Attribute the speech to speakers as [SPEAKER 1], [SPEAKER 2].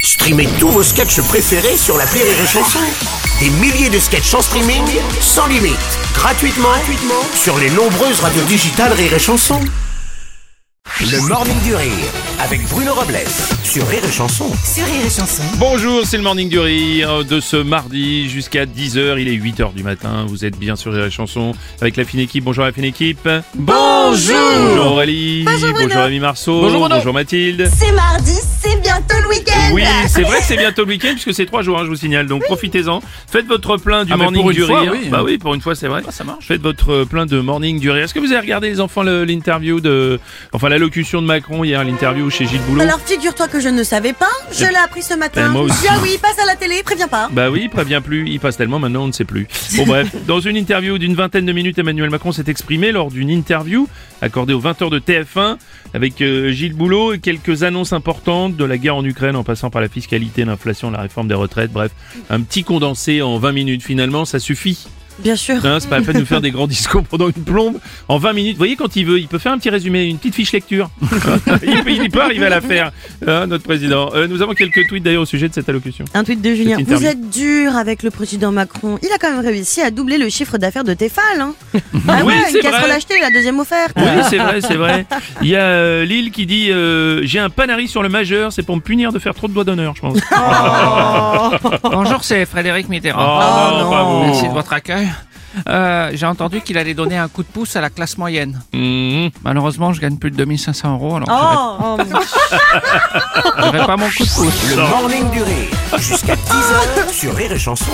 [SPEAKER 1] Streamez tous vos sketchs préférés sur la Rire et Chanson. Des milliers de sketchs en streaming, sans limite, gratuitement, gratuitement sur les nombreuses radios digitales Rire et Chanson. Le Morning du Rire avec Bruno Robles sur Rire et Chanson.
[SPEAKER 2] sur Rire et Chanson.
[SPEAKER 3] Bonjour, c'est le Morning du Rire de ce mardi jusqu'à 10h. Il est 8h du matin. Vous êtes bien sur les chansons avec la fine équipe. Bonjour la fine équipe.
[SPEAKER 2] Bonjour
[SPEAKER 3] Bonjour Aurélie. Bonjour, Ami Marceau. Bonjour, Mathilde.
[SPEAKER 4] C'est mardi, c'est bientôt le week-end.
[SPEAKER 3] Oui, c'est vrai que c'est bientôt le week-end puisque c'est trois jours, hein, je vous signale. Donc profitez-en. Faites votre plein du
[SPEAKER 5] Ah, mais
[SPEAKER 3] Morning
[SPEAKER 5] pour une
[SPEAKER 3] du
[SPEAKER 5] fois,
[SPEAKER 3] Rire.
[SPEAKER 5] oui. Ah,
[SPEAKER 3] Bah oui, pour une fois, c'est vrai. ça marche. Faites votre plein de Morning du Rire. Est-ce que vous avez regardé les enfants le- l'interview de, enfin l'allocution de Macron hier, l'interview chez Gilles Boulot
[SPEAKER 4] Alors figure-toi que je ne savais pas, je l'ai appris ce matin.
[SPEAKER 3] Ben, moi aussi.
[SPEAKER 4] Ah oui, passe à la télé, préviens pas.
[SPEAKER 3] Bah oui, il prévient plus, il passe tellement, maintenant on ne sait plus. Bon bref, dans une interview d'une vingtaine de minutes, Emmanuel Macron s'est exprimé lors d'une interview accordée aux 20h de TF1 avec euh, Gilles Boulot et quelques annonces importantes de la guerre en Ukraine en passant par la fiscalité, l'inflation, la réforme des retraites, bref, un petit condensé en 20 minutes finalement, ça suffit.
[SPEAKER 4] Bien sûr.
[SPEAKER 3] Hein, c'est pas la peine de nous faire des grands discours pendant une plombe. En 20 minutes, vous voyez quand il veut, il peut faire un petit résumé, une petite fiche lecture. il, peut, il peut arriver à la faire, hein, notre président. Euh, nous avons quelques tweets d'ailleurs au sujet de cette allocution.
[SPEAKER 4] Un tweet de Julien.
[SPEAKER 3] Cette
[SPEAKER 4] Vous
[SPEAKER 3] interview.
[SPEAKER 4] êtes dur avec le président Macron. Il a quand même réussi à doubler le chiffre d'affaires de Tefal. Hein. ah
[SPEAKER 3] Oui,
[SPEAKER 4] ouais,
[SPEAKER 3] c'est
[SPEAKER 4] une casserole
[SPEAKER 3] vrai.
[SPEAKER 4] achetée, la deuxième offerte.
[SPEAKER 3] Oui, c'est vrai, c'est vrai. Il y a euh, Lille qui dit euh, J'ai un panari sur le majeur, c'est pour me punir de faire trop de doigts d'honneur, je pense. Oh,
[SPEAKER 5] Bonjour, c'est Frédéric Mitterrand.
[SPEAKER 4] Ah, non.
[SPEAKER 3] bravo.
[SPEAKER 5] Merci de votre accueil. Euh, J'ai entendu qu'il allait donner un coup de pouce à la classe moyenne.
[SPEAKER 3] Mhm.
[SPEAKER 5] Malheureusement, je gagne plus de 2500 euros, alors
[SPEAKER 4] Oh,
[SPEAKER 5] je n'aurai pas mon coup de pouce.
[SPEAKER 1] Le Morning du Rire jusqu'à 10h sur Rire et Chanson.